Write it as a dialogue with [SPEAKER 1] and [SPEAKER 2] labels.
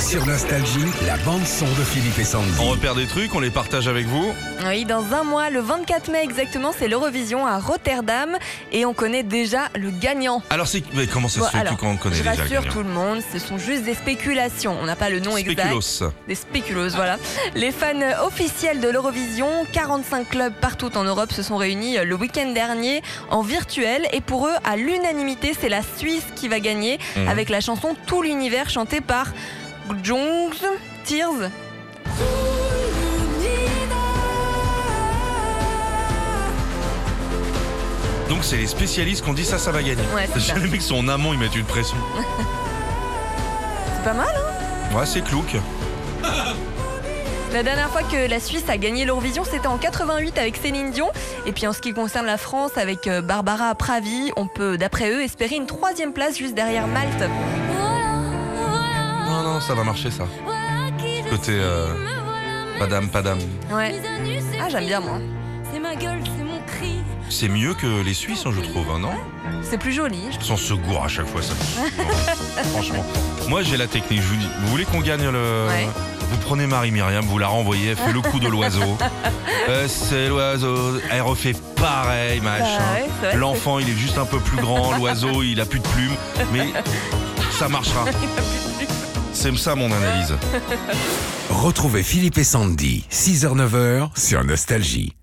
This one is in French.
[SPEAKER 1] Sur Nostalgie, la bande-son de Philippe et Sandy.
[SPEAKER 2] On repère des trucs, on les partage avec vous.
[SPEAKER 3] Oui, dans un mois, le 24 mai exactement, c'est l'Eurovision à Rotterdam et on connaît déjà le gagnant.
[SPEAKER 2] Alors, c'est... mais comment ça
[SPEAKER 3] Bon,
[SPEAKER 2] se fait
[SPEAKER 3] alors,
[SPEAKER 2] qu'on connaît
[SPEAKER 3] Je
[SPEAKER 2] déjà le
[SPEAKER 3] rassure
[SPEAKER 2] gagnant
[SPEAKER 3] tout le monde, ce sont juste des spéculations. On n'a pas le nom exact.
[SPEAKER 2] Spéculos.
[SPEAKER 3] Des spéculoses, voilà. Les fans officiels de l'Eurovision, 45 clubs partout en Europe se sont réunis euh, le week-end dernier en virtuel et pour eux, à l'unanimité, c'est la Suisse qui va gagner
[SPEAKER 2] Mhm.
[SPEAKER 3] avec la chanson Tout l'univers chantée par Jungs Tears.
[SPEAKER 2] Donc, c'est les spécialistes qui ont dit ça, ça va gagner.
[SPEAKER 3] Ouais, c'est
[SPEAKER 2] J'ai
[SPEAKER 3] ça.
[SPEAKER 2] les mecs qui sont en amont, ils mettent une pression.
[SPEAKER 3] C'est pas mal.
[SPEAKER 2] Ouais, c'est clouc.
[SPEAKER 3] La dernière fois que la Suisse a gagné l'Eurovision, c'était en 88 avec Céline Dion. Et puis en ce qui concerne la France, avec euh, Barbara Pravi, on peut, d'après eux, espérer une troisième place juste derrière Malte.
[SPEAKER 2] Non, non, ça va marcher, ça. Côté. euh, Padam, padam.
[SPEAKER 3] Ouais. Ah, j'aime bien, moi.
[SPEAKER 4] C'est ma gueule, c'est mon cri.
[SPEAKER 2] C'est mieux que les Suisses, hein, je trouve, hein, non
[SPEAKER 3] C'est plus joli.
[SPEAKER 2] Sans secours à chaque fois, ça. me- Franchement. Moi, j'ai la technique. Je vous dis, vous voulez qu'on gagne le.
[SPEAKER 3] Ouais.
[SPEAKER 2] Vous prenez Marie-Myriam, vous la renvoyez, elle fait le coup de l'oiseau. Euh, c'est l'oiseau. Elle refait pareil, machin.
[SPEAKER 3] Bah ouais, c'est vrai.
[SPEAKER 2] L'enfant, il est juste un peu plus grand. L'oiseau, il a plus de plumes. Mais ça marchera. C'est ça mon analyse.
[SPEAKER 1] Retrouvez Philippe et Sandy, 6h-9h sur Nostalgie.